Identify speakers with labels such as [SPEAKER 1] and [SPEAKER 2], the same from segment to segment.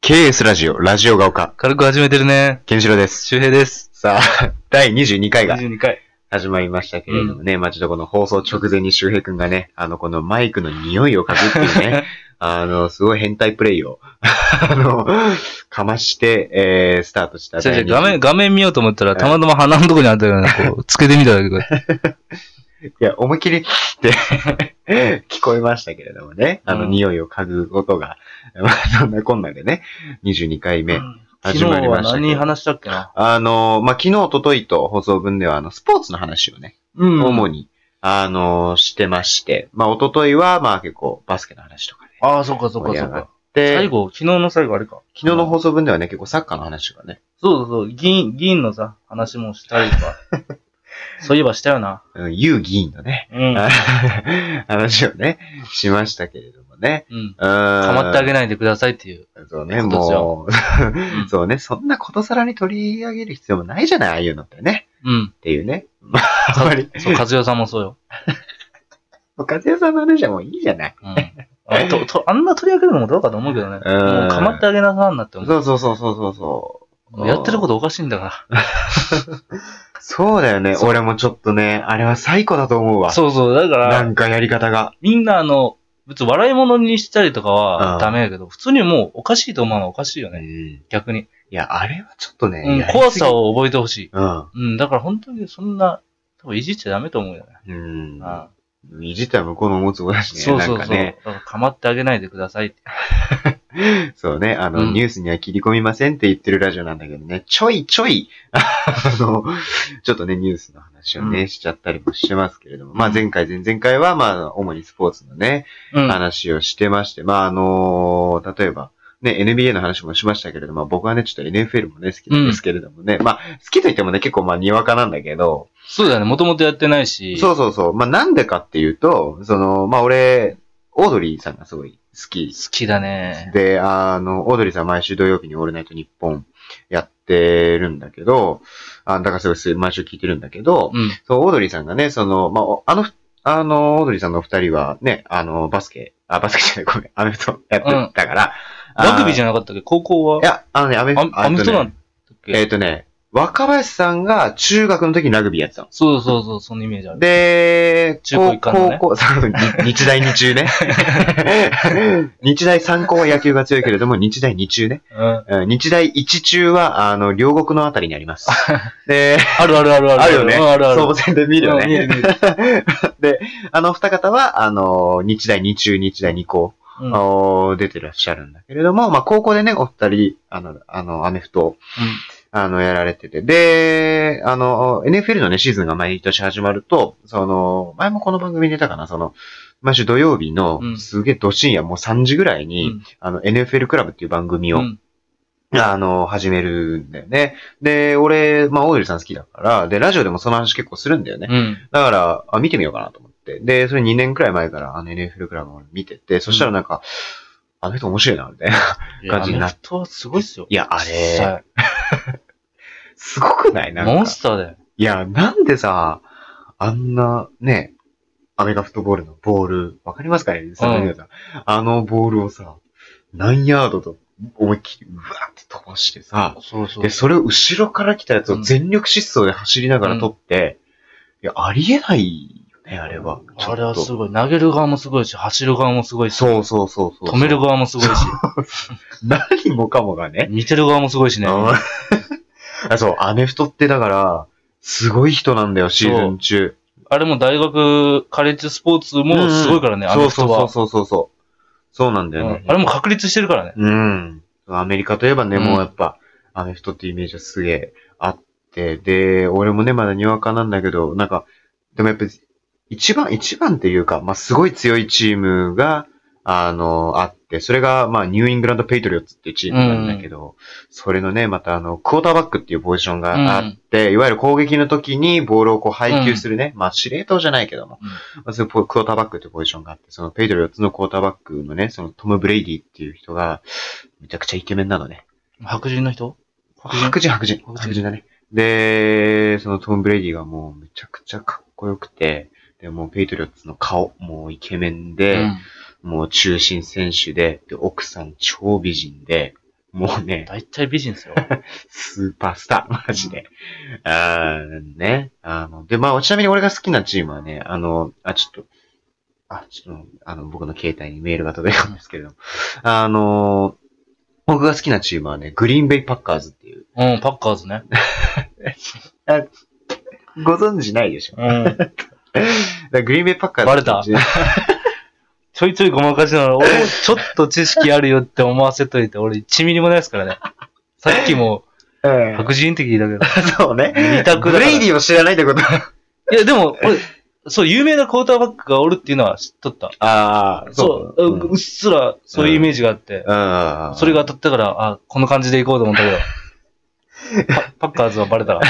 [SPEAKER 1] KS ラジオ、ラジオが丘、
[SPEAKER 2] 軽く始めてるね。
[SPEAKER 1] ケンシロウです。
[SPEAKER 2] 周平です。
[SPEAKER 1] さあ、 第22回が
[SPEAKER 2] 22回。
[SPEAKER 1] 始まりましたけれどもね、まあちょっとこの放送直前に周平くんがね、あの、このマイクの匂いを嗅ぐって いうね、あの、すごい変態プレイを、 あの、かまして、えー、スタートした
[SPEAKER 2] じゃ
[SPEAKER 1] 第
[SPEAKER 2] じゃ
[SPEAKER 1] 22
[SPEAKER 2] 画面、画面見ようと思ったら、たまたま鼻のとこにあったから、こ う、つけてみただけで。
[SPEAKER 1] いや、思いっきり、って、 聞こえましたけれどもね、あの、
[SPEAKER 2] うん
[SPEAKER 1] 匂いを嗅ぐことが、 まあそんなこんなでね、22回目。
[SPEAKER 2] 昨
[SPEAKER 1] 始
[SPEAKER 2] 日
[SPEAKER 1] まり
[SPEAKER 2] は
[SPEAKER 1] ましたけど
[SPEAKER 2] 何話したっけな
[SPEAKER 1] あの、まあ、昨日、おとといと放送分では、あの、スポーツの話をね、
[SPEAKER 2] う
[SPEAKER 1] 主に、あの、してまして、まあ、おとといは、まあ、結構、バスケの話とかね。
[SPEAKER 2] ああ、そっかそ
[SPEAKER 1] 盛
[SPEAKER 2] っか
[SPEAKER 1] り
[SPEAKER 2] そ
[SPEAKER 1] 上
[SPEAKER 2] っ
[SPEAKER 1] がっ
[SPEAKER 2] か。
[SPEAKER 1] て、
[SPEAKER 2] 最
[SPEAKER 1] 昨
[SPEAKER 2] 後、昨日の最後あれか。
[SPEAKER 1] 日の放送分ではね、結構サッカーの話とかね、
[SPEAKER 2] そうそうそう、議員、議員のさ、話もしたり とか。そういえばしたよな。
[SPEAKER 1] うん、ゆう議員のね、
[SPEAKER 2] うん。うん。
[SPEAKER 1] 話をね、しましたけれどもね。うん。か
[SPEAKER 2] かまってあげないでくださいっていう。
[SPEAKER 1] そうね、
[SPEAKER 2] ことです
[SPEAKER 1] も
[SPEAKER 2] よ
[SPEAKER 1] う、 そうね、そんなことさらに取り上げる必要もないじゃない、ああいうのってね。
[SPEAKER 2] うん。
[SPEAKER 1] っていうね。まあ、あんまり、
[SPEAKER 2] そう、和代さんもそうよ。
[SPEAKER 1] もう、和也さんの話はもういいじゃない。
[SPEAKER 2] うん。あと、と、あんな取り上げるのもどうかと思うけどね。もう
[SPEAKER 1] うん
[SPEAKER 2] かまってあげなさんなって思う。
[SPEAKER 1] そうそうそうそうそうそう。
[SPEAKER 2] もうやってることおかしいんだか
[SPEAKER 1] そうだよね。
[SPEAKER 2] そう
[SPEAKER 1] 俺もちょっとね、あれは最古だと思うわ。
[SPEAKER 2] ら。そうそう、だから。
[SPEAKER 1] なんかやり方が。
[SPEAKER 2] みんなあの、別に笑い物にしたりとか
[SPEAKER 1] うん
[SPEAKER 2] はダメだけど、普通にもうおかしいと思うのはおかしいよね。
[SPEAKER 1] い
[SPEAKER 2] 逆に。
[SPEAKER 1] や、あれはちょっとね、
[SPEAKER 2] うん
[SPEAKER 1] やりすぎ
[SPEAKER 2] 怖さ。を覚えてほしい。
[SPEAKER 1] うん。
[SPEAKER 2] うん、だから本当にそんな、多分いじっちゃダメと思うよね。
[SPEAKER 1] うん
[SPEAKER 2] うん。。
[SPEAKER 1] いじったら向こうの持つ子だしね。
[SPEAKER 2] そうそう
[SPEAKER 1] な
[SPEAKER 2] そ
[SPEAKER 1] んか
[SPEAKER 2] う。
[SPEAKER 1] ね。
[SPEAKER 2] だから構ってあげないでくださいって。
[SPEAKER 1] そうね。あの、
[SPEAKER 2] うん
[SPEAKER 1] ニュースには切り込みませんって言ってるラジオなんだけどね。ちょいちょい、 あの、ちょっとね、ニュースの話をね、
[SPEAKER 2] う
[SPEAKER 1] しちゃったりもしてますけれども。まあ、前回、前々回は、まあ、主にスポーツのね、
[SPEAKER 2] うん。
[SPEAKER 1] 話をしてまして、まあ、あの例えば、ね、NBA の話もしましたけれども、僕はね、ちょっと NFL もね、好きなんですけれどもね、まあ、好きといってもね、結構まあ、にわかなんだけど、
[SPEAKER 2] そうだね、もともとやってないし。。
[SPEAKER 1] そううそうそう、まあ、なんでかっていうと、その、まあ、俺、オードリーさんがすごい好き。
[SPEAKER 2] 好きだね。
[SPEAKER 1] で、あの、オードリーさん毎週土曜日にオールナイト日本やってるんだけど、あだからすごいす、毎週聞いてるんだけど、
[SPEAKER 2] うん。
[SPEAKER 1] そう、オードリーさんがね、その、まあお、あの、あの、オードリーさんのお二人はね、あの、バスケ、あ、バスケじゃない、ごめん、アメフトやってたから。
[SPEAKER 2] ラグビーじ
[SPEAKER 1] ゃ。
[SPEAKER 2] ゃなかったっけ高校はい
[SPEAKER 1] や、あのね、アメフ
[SPEAKER 2] ア
[SPEAKER 1] ト。
[SPEAKER 2] アメフトなん
[SPEAKER 1] えっとね
[SPEAKER 2] だっ
[SPEAKER 1] え
[SPEAKER 2] け
[SPEAKER 1] っとね、若林さんが中学の時にラグビーやってたの。
[SPEAKER 2] そうそうそう、そのイメージある。
[SPEAKER 1] で、
[SPEAKER 2] 中高一貫のね
[SPEAKER 1] 高校、そうに日大二中 ね。日大三高は野球が強いけれども、日大二中ね。
[SPEAKER 2] うん。
[SPEAKER 1] うん日大一中は、あの、両国のあたりにあり ます。で、
[SPEAKER 2] あるあるあるある。
[SPEAKER 1] あるよね
[SPEAKER 2] うんあるある。
[SPEAKER 1] 総選で見るよ
[SPEAKER 2] う
[SPEAKER 1] ね
[SPEAKER 2] ん。見る見る
[SPEAKER 1] で、あの、二方は、あの、日大二中、日大二高、
[SPEAKER 2] うんうん
[SPEAKER 1] お出てらっしゃるんだけれども、まあ、高校でね、お二人、あの、あの、アメフトを、あの、やられてて。で、あの、NFL のね、シーズンが毎年始まると、その、前もこの番組に出たかな、その、毎週土曜日の
[SPEAKER 2] う、ん
[SPEAKER 1] すげえど深夜、もう3時ぐらいに、
[SPEAKER 2] うん
[SPEAKER 1] あの、NFL クラブっていう番組を、
[SPEAKER 2] うん。
[SPEAKER 1] あの、始めるんだよね。で、俺、まあ、オードリーさん好きだから、で、ラジオでもその話結構するんだよね。
[SPEAKER 2] うん。
[SPEAKER 1] だから、あ、見てみようかなと思って。で、それ2年くらい前から、あの NFL クラブを見てて、そしたらなんか、あの人面白いな、みたいな。 感じになっ
[SPEAKER 2] アメフトはすごいっすよ。
[SPEAKER 1] いや、あ
[SPEAKER 2] 実
[SPEAKER 1] れ、
[SPEAKER 2] 際
[SPEAKER 1] すごくないなんか。
[SPEAKER 2] モンスターだよ。
[SPEAKER 1] いや、なんでさ、あんな、ね、アメリカフットボールのボール、わかりますかねさ
[SPEAKER 2] うん
[SPEAKER 1] さんあのボールをさ、何ヤードと思いっきり、うわーって飛ばしてさ、
[SPEAKER 2] そうそ
[SPEAKER 1] で、それを後ろから来たやつを全力疾走で走りながら取って、いや、ありえないよね、あれは。ちょっと
[SPEAKER 2] あれはすごい。投げる側もすごいし、走る側もすごいし、
[SPEAKER 1] そうそうそうそう。
[SPEAKER 2] 止める側も すごいし、
[SPEAKER 1] 何もかもがね。
[SPEAKER 2] 見てる側もすごいしね。
[SPEAKER 1] あそう、アメフトってだから、すごい人なんだよ、シーズン中。
[SPEAKER 2] あれも大学、カレッジスポーツもすごいからね、ア
[SPEAKER 1] そ
[SPEAKER 2] メ
[SPEAKER 1] う
[SPEAKER 2] フ
[SPEAKER 1] そう
[SPEAKER 2] ト
[SPEAKER 1] そう
[SPEAKER 2] は。
[SPEAKER 1] そうそうそう。そうなんだよね
[SPEAKER 2] うん。あれも確立してるからね。
[SPEAKER 1] うん。アメリカといえばね、
[SPEAKER 2] うん
[SPEAKER 1] もうやっぱ、アメフトってイメージはすげえあって、で、俺もね、まだにわかなんだけど、なんか、でもやっぱ、一番、一番っていうか、まあ、すごい強いチームが、あの、あって、それが、まあ、ニューイングランド・ペイトリオッツっていうチームなんだけど、それのね、またあの、クォーターバックっていうポジションがあって、いわゆる攻撃の時にボールをこう配球するね、まあ、司令塔じゃないけども、
[SPEAKER 2] うん
[SPEAKER 1] まあ、そういうポクォーターバックっていうポジションがあって、そのペイトリオッツのクォーターバックのね、そのトム・ブレイディっていう人が、めちゃくちゃイケメンなのね。
[SPEAKER 2] 白人の人
[SPEAKER 1] 白人、白人。
[SPEAKER 2] 白人
[SPEAKER 1] 白人だね。で、そのトム・ブレイディがもうめちゃくちゃかっこよくて、で、もうペイトリオッツの顔、もうイケメン
[SPEAKER 2] う
[SPEAKER 1] で、
[SPEAKER 2] ん。
[SPEAKER 1] もう中心選手で、で、奥さん超美人で、もうね、
[SPEAKER 2] 大体美人ですよ。
[SPEAKER 1] スーパースター、 マジで。あーね。あの、で、まあ、ちなみに俺が好きなチームはね、あの、あ、ちょっと、あ、ちょっと、あの、僕の携帯にメールが届いたんですけれども、あの、僕が好きなチームはね、グリーンベイパッカーズっていう。
[SPEAKER 2] うん、パッカーズね。
[SPEAKER 1] ご存知ないでしょ。
[SPEAKER 2] うん。
[SPEAKER 1] だからグリーンベイパッカーズ。
[SPEAKER 2] バレたちょいちょいごまかしな がら、俺もちょっと知識あるよって思わせといて、俺1ミリもないですからね。さっきも
[SPEAKER 1] うん
[SPEAKER 2] 白人って聞いたけど。
[SPEAKER 1] そうね。
[SPEAKER 2] 二択だから
[SPEAKER 1] グレイディを知らないってこと。
[SPEAKER 2] いや、でも、俺、そう、有名なクォーターバックがおるっていうのは知っとった。
[SPEAKER 1] ああ、
[SPEAKER 2] そう、う
[SPEAKER 1] うん
[SPEAKER 2] うっすらそういうイメージがあって、
[SPEAKER 1] うん。
[SPEAKER 2] それが当たったから、あ、こんな感じでいこうと思った けど、パパッカーズはバレたら。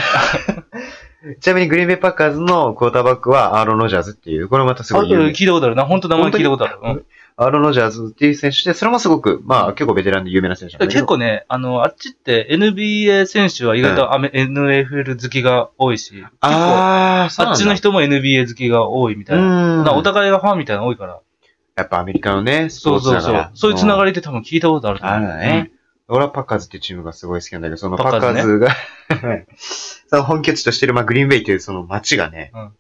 [SPEAKER 1] ちなみにグリーンベイパッカーズのクォーターバックはアーロン・ロジャーズっていう、これまたすご
[SPEAKER 2] あ
[SPEAKER 1] い有名。
[SPEAKER 2] 聞いたことあるな。本当名前聞いたことある。うん
[SPEAKER 1] アーロン・ロジャーズっていう選手で、それもすごく、まあ結構ベテランで有名な選手なんだけ
[SPEAKER 2] 結
[SPEAKER 1] ど。
[SPEAKER 2] 構ね、あの、あっちって NBA 選手は意外とアメ NFL 好きが多いし、結構、
[SPEAKER 1] ああ、そう
[SPEAKER 2] あ
[SPEAKER 1] なん
[SPEAKER 2] っ
[SPEAKER 1] だ
[SPEAKER 2] ちの人も NBA 好きが多いみた
[SPEAKER 1] う
[SPEAKER 2] いな。
[SPEAKER 1] ん。
[SPEAKER 2] なお互いがファンみたいなの多いから。
[SPEAKER 1] やっぱアメリカのね、スポ
[SPEAKER 2] そ
[SPEAKER 1] ーツだ
[SPEAKER 2] うそう
[SPEAKER 1] か
[SPEAKER 2] そ
[SPEAKER 1] ら
[SPEAKER 2] う。そういうつなが
[SPEAKER 1] り。
[SPEAKER 2] りって多分聞いたことあると思う
[SPEAKER 1] あるね。俺はパッカーズっていうチームがすごい好きなんだけど、そのパ
[SPEAKER 2] パッカ
[SPEAKER 1] ッカ
[SPEAKER 2] ー
[SPEAKER 1] ーズが、 その本拠地としてる、まあ、グリーンベイというその街がね、
[SPEAKER 2] うん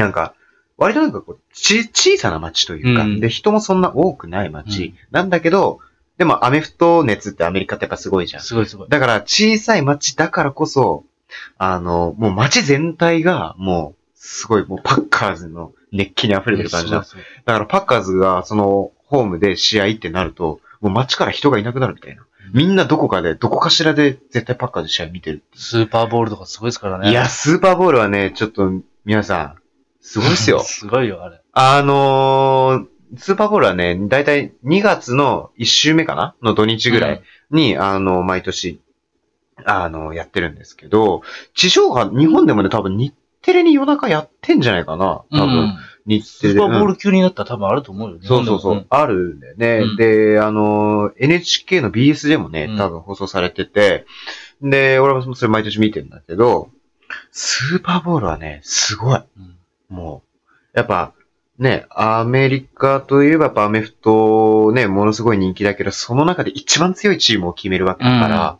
[SPEAKER 1] なんか、割となんかこう、ち、小さな街というか、
[SPEAKER 2] うん
[SPEAKER 1] で、人もそんな多くない街なんだけど、でもアメフト熱ってアメリカってやっぱすごいじ
[SPEAKER 2] う
[SPEAKER 1] ゃ
[SPEAKER 2] ん
[SPEAKER 1] ん。
[SPEAKER 2] すごいすごい。
[SPEAKER 1] だから、小さい街だからこそ、あの、もう街全体が、もう、すごい、もうパッカーズの熱気に溢れてる感じだ
[SPEAKER 2] すごいす
[SPEAKER 1] だからパッカーズがそのホームで試合ってなると、もう街から人がいなくなるみたいな。みんなどこかで、どこかしらで絶対パッカーズ試合見てる。
[SPEAKER 2] ごいスーパーボールとかすごいですからね。
[SPEAKER 1] いや、スーパーボールはね、ちょっと皆さん、すごいっす よ。
[SPEAKER 2] すごいよ、あれ。
[SPEAKER 1] あのー、スーパーボールはね、だいたい2月の1週目かなの土日ぐらいに、あの、毎年、あの、やってるんですけど、地上波、日本でもね、多分日テレに夜中やってんじゃないかな
[SPEAKER 2] うん。
[SPEAKER 1] 多分、
[SPEAKER 2] うん
[SPEAKER 1] 日
[SPEAKER 2] ス
[SPEAKER 1] テレ
[SPEAKER 2] ー
[SPEAKER 1] で。
[SPEAKER 2] パーボ
[SPEAKER 1] う
[SPEAKER 2] ー
[SPEAKER 1] ん
[SPEAKER 2] ル級になったら多分あると思うよ。
[SPEAKER 1] そうそうそう。
[SPEAKER 2] 日本でも
[SPEAKER 1] あるんだよね。
[SPEAKER 2] うん
[SPEAKER 1] で、あの、NHK の BS でもね
[SPEAKER 2] うん、
[SPEAKER 1] 多分放送されてて、で、俺もそれ毎年見てるんだけど、スーパーボールはね、すごい。
[SPEAKER 2] うん。
[SPEAKER 1] もう、やっぱ、ね、アメリカといえばやっぱアメフトね、ものすごい人気だけど、その中で一番強いチームを決めるわけだから、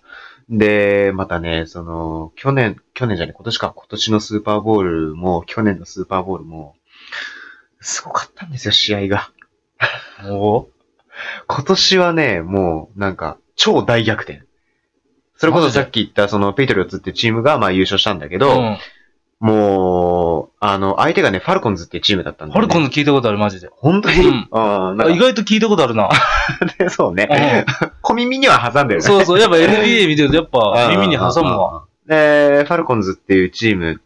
[SPEAKER 1] で、またね、その、去年、去年じゃね、今年か、今年のスーパーボールも、去年のスーパーボールも、すごかったんですよ、試合が。
[SPEAKER 2] うんお
[SPEAKER 1] 今年はね、もう、なんか、超大逆転。それこそさっき言った、その、ペイトリオッツってチームが、まあ優勝したんだけ
[SPEAKER 2] う
[SPEAKER 1] ど、
[SPEAKER 2] ん。
[SPEAKER 1] もう、あの、相手がね、ファルコンズっていうチームだったんだ、ね。
[SPEAKER 2] ハルコン
[SPEAKER 1] ズ
[SPEAKER 2] ズ聞いたことある、マジで。
[SPEAKER 1] 本当に、
[SPEAKER 2] うん
[SPEAKER 1] ああ、な
[SPEAKER 2] あ
[SPEAKER 1] ん
[SPEAKER 2] 意
[SPEAKER 1] か、
[SPEAKER 2] 外と聞いたことあ るな。
[SPEAKER 1] そうね。
[SPEAKER 2] う
[SPEAKER 1] 小耳には挟んでる
[SPEAKER 2] ん
[SPEAKER 1] ね。
[SPEAKER 2] そうそう。やっぱ NBA 見てると、やっぱ
[SPEAKER 1] うん
[SPEAKER 2] 耳に挟むわ。。
[SPEAKER 1] で、ファルコンズっていうチーム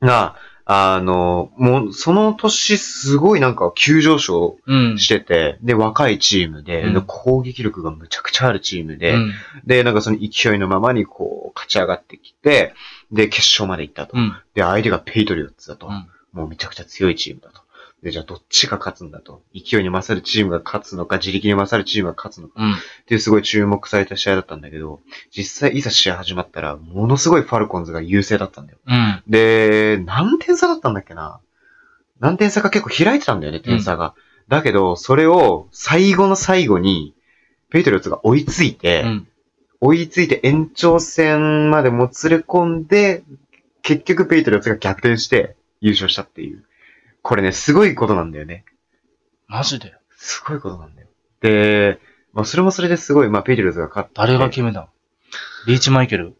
[SPEAKER 1] が、あの、もう、その年すごいなんか急上昇
[SPEAKER 2] うん。
[SPEAKER 1] してて、で、若いチームで、
[SPEAKER 2] うん
[SPEAKER 1] で攻撃力がむちゃくちゃあるチームで、
[SPEAKER 2] うん
[SPEAKER 1] で、なんかその勢いのままにこう、勝ち上がってきて、で、決勝まで行ったと。
[SPEAKER 2] うん。
[SPEAKER 1] で、相手がペイトリオッツだと。
[SPEAKER 2] うん
[SPEAKER 1] もうめちゃくちゃ強いチームだと。で、じゃあどっちが勝つんだと。勢いに勝るチームが勝つのか、自力に勝るチームが勝つのか。
[SPEAKER 2] うん。
[SPEAKER 1] っていうすごい注目された試合だったんだけど、実際いざ試合始まったら、ものすごいファルコンズが優勢だったんだよ。
[SPEAKER 2] うん。
[SPEAKER 1] で、何点差だったんだっけな何点差か結構開いてたんだよね、点差が。だけど、それを最後の最後に、ペイトリオッツが追いついて、
[SPEAKER 2] うん。
[SPEAKER 1] 追いついて延長戦までもつれ込んで、結局ペイトリオッツが逆転して優勝したっていう。これね、すごいことなんだよね。
[SPEAKER 2] マジで。
[SPEAKER 1] すごいことなんだよ。で、まあそれもそれですごい、まあペイトリオッツが勝って。
[SPEAKER 2] 誰が決めたのリーチマイケ ル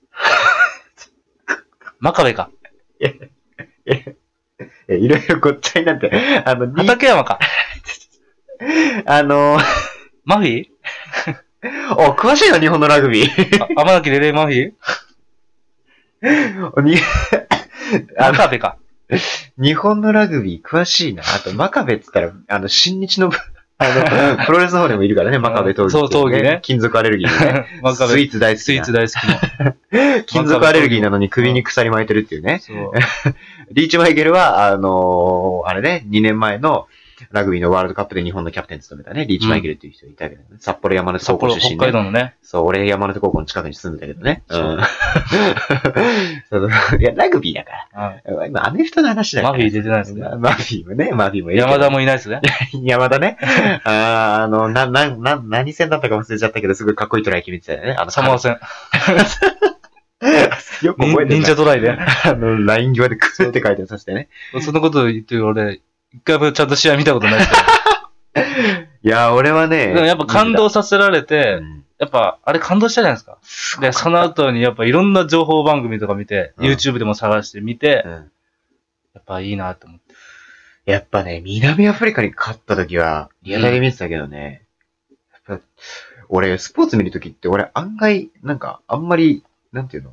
[SPEAKER 2] 真壁か。
[SPEAKER 1] え、いろいろごっちゃになって、あの、リ
[SPEAKER 2] 畠山か。
[SPEAKER 1] あの、
[SPEAKER 2] マフィー
[SPEAKER 1] お、詳しいな、日本のラグビー。
[SPEAKER 2] あ天崎レレイマフィー
[SPEAKER 1] おにあ
[SPEAKER 2] 真壁か。
[SPEAKER 1] の、日本のラグビー詳しいな。あと、真壁って言ったら、あの、新日の、あの、プロレスの方でもいるからね、真壁闘技ってい、
[SPEAKER 2] そう闘技ね
[SPEAKER 1] 金属アレルギーのね。 ス
[SPEAKER 2] 真
[SPEAKER 1] イ
[SPEAKER 2] 壁。
[SPEAKER 1] ーツ大好きな。
[SPEAKER 2] スイーツ大好きな。
[SPEAKER 1] 金属アレルギーなのに首に鎖巻いてる っていうね。
[SPEAKER 2] そう。
[SPEAKER 1] リーチマイケルは、あのーあれね、2年前の、ラグビーのワールドカップで日本のキャプテン務めたね、リーチマイケルっていう人いたけどね。札幌山根
[SPEAKER 2] 札
[SPEAKER 1] 高校
[SPEAKER 2] 幌、
[SPEAKER 1] 出身、
[SPEAKER 2] 北
[SPEAKER 1] ね、
[SPEAKER 2] 海道のね。
[SPEAKER 1] そう、俺山根高校の近くに住んで たけどね。う。
[SPEAKER 2] そうん
[SPEAKER 1] そうそう いや、ラグビーだか
[SPEAKER 2] うん
[SPEAKER 1] ら。今、アメフトの話だか
[SPEAKER 2] マ
[SPEAKER 1] ら。
[SPEAKER 2] フィー出てないですね。
[SPEAKER 1] まマフィーもね、マフィーもいるけど
[SPEAKER 2] 山田もいないですね。
[SPEAKER 1] 山田ね。あーあの、な、な、な、何戦だったか忘れちゃったけど、すごいかっこいいトライ決めてたよね。あの、
[SPEAKER 2] サモア戦。
[SPEAKER 1] よく
[SPEAKER 2] 忍
[SPEAKER 1] 覚えてな
[SPEAKER 2] 忍
[SPEAKER 1] い
[SPEAKER 2] 者。トライで。
[SPEAKER 1] あの、ライン際でクーって書いてさせてね。
[SPEAKER 2] そんなこと言って俺、一回もちゃんと試合見たことないですけ
[SPEAKER 1] いやー、俺はね。
[SPEAKER 2] ど。でもやっぱ感動させられて、
[SPEAKER 1] うん
[SPEAKER 2] やっぱ、あれ感動したじゃないですか。で、その後にやっぱいろんな情報番組とか見て、
[SPEAKER 1] うん
[SPEAKER 2] YouTube でも探して見て
[SPEAKER 1] う、ん
[SPEAKER 2] やっぱいいなと思って。
[SPEAKER 1] やっぱね、南アフリカに勝った時は、リアタイで見てたけどね。やっぱ俺、スポーツ見る時って、俺案外、なんか、あんまり、なんていうの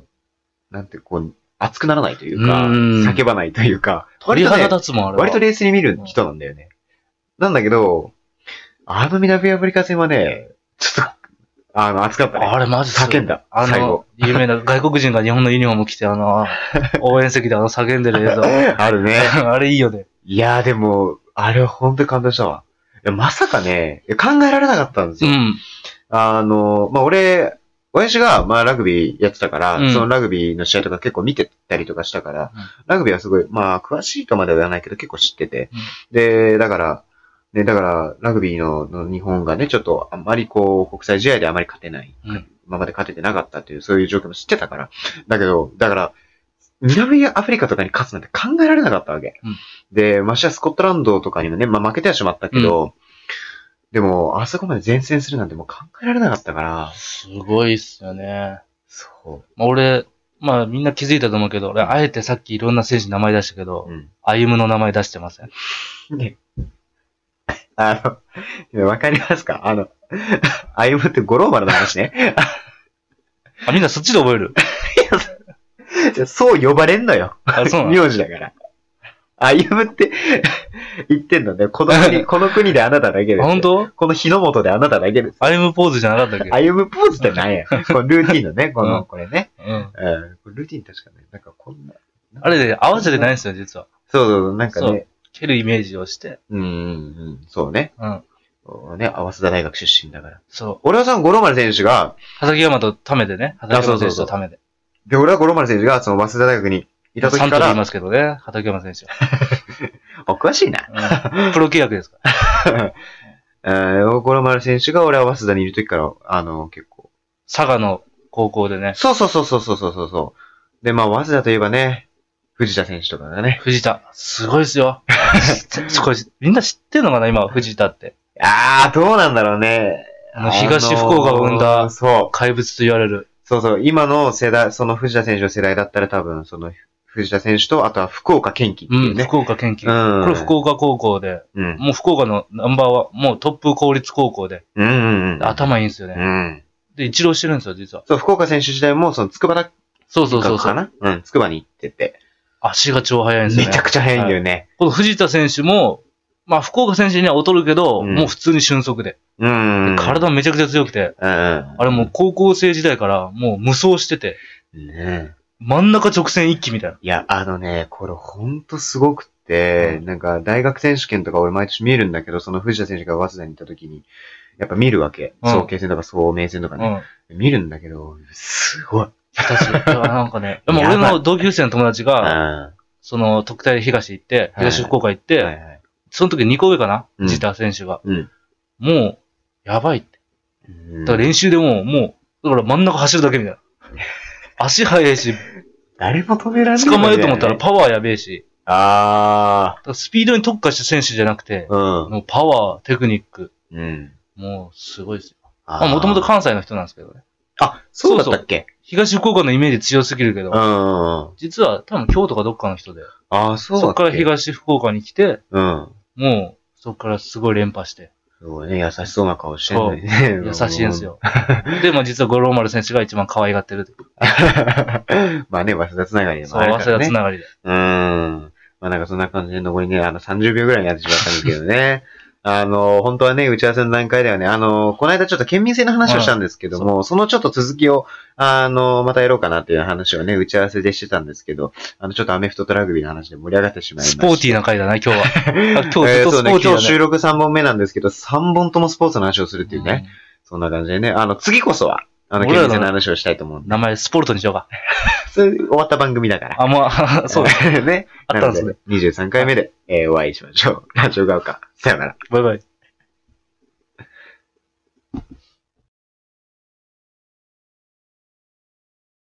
[SPEAKER 1] なんて、こう、熱くならないというか、
[SPEAKER 2] うん
[SPEAKER 1] 叫ばないというか、
[SPEAKER 2] 鳥
[SPEAKER 1] ね
[SPEAKER 2] 肌立つもんあれは。
[SPEAKER 1] 割と冷静に見る人なんだよね。なんだけど、あの南アフリカ戦はね、ちょっと、あの、熱かったね。
[SPEAKER 2] あれマジそう
[SPEAKER 1] 叫んだ。
[SPEAKER 2] あ
[SPEAKER 1] 最後
[SPEAKER 2] の。、有名な外国人が日本のユニフォーム着て、あ の、応援席であの叫んでる映像。
[SPEAKER 1] あるね。
[SPEAKER 2] あれいいよね。
[SPEAKER 1] いやーでも、あれは本当に感動したわ。いやまさかね、いや考えられなかったんです
[SPEAKER 2] う
[SPEAKER 1] よ。
[SPEAKER 2] ん。
[SPEAKER 1] あの、まあ、俺、親父が、まあ、ラグビーやってたから、
[SPEAKER 2] うん
[SPEAKER 1] そのラグビーの試合とか結構見てたりとかしたから、
[SPEAKER 2] うん
[SPEAKER 1] ラグビーはすごい、まあ、詳しいとまでは言わないけど、結構知ってて。
[SPEAKER 2] うん
[SPEAKER 1] で、だから、ね、だから、ラグビーのの日本がね、ちょっとあんまりこう、国際試合であまり勝てない。
[SPEAKER 2] うん
[SPEAKER 1] 今まで勝ててなかったという、そういう状況も知ってたから。だけど、だから、南アフリカとかに勝つなんて考えられなかったわけ。
[SPEAKER 2] うん
[SPEAKER 1] で、ましてやスコットランドとかにもね、まあ負けてはしまったけど、でも、あそこまで前線するなんてもう考えられなかったから。
[SPEAKER 2] すごいっすよね。
[SPEAKER 1] そ
[SPEAKER 2] まあ俺、まあみんな気づいたと思うけど、俺あえてさっきいろんな選手の名前出したけど、
[SPEAKER 1] う。うん。
[SPEAKER 2] 歩夢の名前出してません。
[SPEAKER 1] ね。あの、わかりますかあの、歩むって五郎丸の話ね。
[SPEAKER 2] あ、みんなそっちで覚え る。
[SPEAKER 1] じゃあそう呼ばれんのよ。
[SPEAKER 2] あ、そうなの
[SPEAKER 1] 名字だから。歩むって言ってんのね。この 国、この国であなただけです。
[SPEAKER 2] あ本当
[SPEAKER 1] この日の元であなただけです。
[SPEAKER 2] 歩夢ポーズじゃなかったっけ
[SPEAKER 1] 歩むポーズって なんや。このルーティンのね、この、
[SPEAKER 2] うん
[SPEAKER 1] これね。
[SPEAKER 2] うん。
[SPEAKER 1] うん。これルーティン確かね、なんかこんな。
[SPEAKER 2] あれで合わせてないんですよ、実は。
[SPEAKER 1] そうそうそう、なんかね。
[SPEAKER 2] 蹴るイメージをして。
[SPEAKER 1] うん、うん、うん。そうね。
[SPEAKER 2] うん。
[SPEAKER 1] そうね、早稲田大学出身だから。
[SPEAKER 2] そう。
[SPEAKER 1] 俺はその五郎丸選手が、
[SPEAKER 2] 佐々木山とためでね。
[SPEAKER 1] あ
[SPEAKER 2] 畑
[SPEAKER 1] そうそ
[SPEAKER 2] 山選
[SPEAKER 1] う
[SPEAKER 2] 手
[SPEAKER 1] そう
[SPEAKER 2] とためで。
[SPEAKER 1] で、俺は五郎丸選手が、その早稲田大学にいた時
[SPEAKER 2] サン
[SPEAKER 1] か
[SPEAKER 2] ト言い
[SPEAKER 1] ら、
[SPEAKER 2] ますけどね、畑山選手
[SPEAKER 1] お、詳しいな。
[SPEAKER 2] は。うんプロ 契約ですから。
[SPEAKER 1] えー、五郎丸選手が俺は早稲田にいる時から、あの、結構。
[SPEAKER 2] 佐賀の高校でね、
[SPEAKER 1] そうそうそうそうそうそうそうそう。で、まあ、早稲田といえばね、藤田選手とかがね。
[SPEAKER 2] 藤田。すごいですよ。 すごいみんな知ってんのかな、今、藤田って。
[SPEAKER 1] あー、どうなんだろうね。
[SPEAKER 2] あの東福岡を生ん
[SPEAKER 1] あのー
[SPEAKER 2] だ
[SPEAKER 1] そう。
[SPEAKER 2] 怪物と言われる。
[SPEAKER 1] そうそう。今の世代、その藤田選手の世代だったら多分、その藤田選手と、あとは福岡県機って
[SPEAKER 2] う、
[SPEAKER 1] いうんね。
[SPEAKER 2] 福岡県
[SPEAKER 1] う
[SPEAKER 2] 警。
[SPEAKER 1] ん。
[SPEAKER 2] これ福岡高校で、
[SPEAKER 1] うん。
[SPEAKER 2] もう福岡のナンバーワン、もうトップ公立高校で、
[SPEAKER 1] うんうんうん。
[SPEAKER 2] 頭いいんですよ
[SPEAKER 1] う
[SPEAKER 2] ね。
[SPEAKER 1] ん。
[SPEAKER 2] で、一浪してるんですよ、実は。
[SPEAKER 1] そう、福岡選手時代も、その、筑波大
[SPEAKER 2] そうそうそう
[SPEAKER 1] 学
[SPEAKER 2] そ
[SPEAKER 1] か
[SPEAKER 2] う。
[SPEAKER 1] なうん、筑波に行ってて。
[SPEAKER 2] 足が超速いんです
[SPEAKER 1] め
[SPEAKER 2] よ
[SPEAKER 1] ちゃ
[SPEAKER 2] ね。
[SPEAKER 1] くちゃ早いんだよね。
[SPEAKER 2] この藤田選手も、まあ、福岡選手には劣るけど、
[SPEAKER 1] うん
[SPEAKER 2] もう普通に俊足で。
[SPEAKER 1] うんうん。
[SPEAKER 2] 体めちゃくちゃ強くて、
[SPEAKER 1] うんうん。
[SPEAKER 2] あれもう高校生時代からもう無双してて、
[SPEAKER 1] ねえ
[SPEAKER 2] 真ん中直線一気みたいな。
[SPEAKER 1] いや、あのね、これほんとすごくって、なんか大学選手権とか俺毎年見るんだけど、その藤田選手が早稲田に行った時に、やっぱ見るわけ。
[SPEAKER 2] うん
[SPEAKER 1] 早慶戦とか早明戦とか
[SPEAKER 2] う
[SPEAKER 1] ね、
[SPEAKER 2] ん。
[SPEAKER 1] 見るんだけど、すごい。
[SPEAKER 2] 私、いやなんかね、でも
[SPEAKER 1] やばい
[SPEAKER 2] 俺の同級生の友達
[SPEAKER 1] うん
[SPEAKER 2] が、
[SPEAKER 1] は
[SPEAKER 2] その、特待東行って、
[SPEAKER 1] はい
[SPEAKER 2] 東福岡行っ
[SPEAKER 1] い
[SPEAKER 2] て、
[SPEAKER 1] はい。
[SPEAKER 2] その時2個上かな
[SPEAKER 1] うん
[SPEAKER 2] 藤田選手が。
[SPEAKER 1] うん
[SPEAKER 2] もう、やばいって。
[SPEAKER 1] うん
[SPEAKER 2] だから練習でもう、もう、だから真ん中走るだけみたいな。足速いし、
[SPEAKER 1] 誰も止められない、
[SPEAKER 2] 捕まえようと思ったら。パワーやべえし、
[SPEAKER 1] あ
[SPEAKER 2] だからスピードに特化した選手じゃなくて、
[SPEAKER 1] ー。
[SPEAKER 2] もうパワー、テクニック、
[SPEAKER 1] うん。うん。
[SPEAKER 2] もうすごいですよ。
[SPEAKER 1] あ
[SPEAKER 2] まあもともと関西の人なんですけどね。
[SPEAKER 1] あ、そうだったっけ
[SPEAKER 2] 東福岡のイメージ強すぎるけ
[SPEAKER 1] う
[SPEAKER 2] ど
[SPEAKER 1] ん、うんうん。
[SPEAKER 2] 実は多分京都かどっかの人で、
[SPEAKER 1] あー、そうだっけ
[SPEAKER 2] そっから東福岡に来て、
[SPEAKER 1] うん。
[SPEAKER 2] もう、そっからすごい連覇して、
[SPEAKER 1] すごいね、優しそうな顔してるのにね。
[SPEAKER 2] 優しいんですよ。で、まあ実は五郎丸選手が一番可愛がってると。
[SPEAKER 1] まあね、早稲田つながりで
[SPEAKER 2] そ
[SPEAKER 1] も
[SPEAKER 2] う、
[SPEAKER 1] あるか
[SPEAKER 2] 早
[SPEAKER 1] ら
[SPEAKER 2] 稲田
[SPEAKER 1] ね。
[SPEAKER 2] つながりで。
[SPEAKER 1] うーん。まあなんかそんな感じで残りね、あの30秒ぐらいになってしまったんですけどね。 あの、本当はね、打ち合わせの段階ではね、あの、この間ちょっと県民性の話をしたんですけども、そのちょっと続きを、あの、またやろうかなっていう話をね、打ち合わせでしてたんですけど、あの、ちょっとアメフトとラグビーの話で盛り上がってしまいまし
[SPEAKER 2] ス
[SPEAKER 1] た。
[SPEAKER 2] ポーティーな回だな、今日は。 あ今日ず
[SPEAKER 1] え
[SPEAKER 2] っ
[SPEAKER 1] ー
[SPEAKER 2] と
[SPEAKER 1] そ
[SPEAKER 2] ス
[SPEAKER 1] う
[SPEAKER 2] ポ
[SPEAKER 1] ね
[SPEAKER 2] ー、ティー
[SPEAKER 1] 今
[SPEAKER 2] だ
[SPEAKER 1] 日収録3本目なんですけど、3本ともスポーツの話をするっていうね、そんな感じでね、あの、次こそは、あの、
[SPEAKER 2] 俺
[SPEAKER 1] 県
[SPEAKER 2] らの
[SPEAKER 1] 民性の話をしたいと思うん
[SPEAKER 2] う
[SPEAKER 1] で
[SPEAKER 2] ん名前スポルトにしようか。
[SPEAKER 1] それ終わった番組だから。
[SPEAKER 2] あ、まあ、そう です。
[SPEAKER 1] ね。
[SPEAKER 2] あったんですね。
[SPEAKER 1] なので。23回目で、えーお会いしましょう。ラジオが丘。さよなら。
[SPEAKER 2] バイバイ。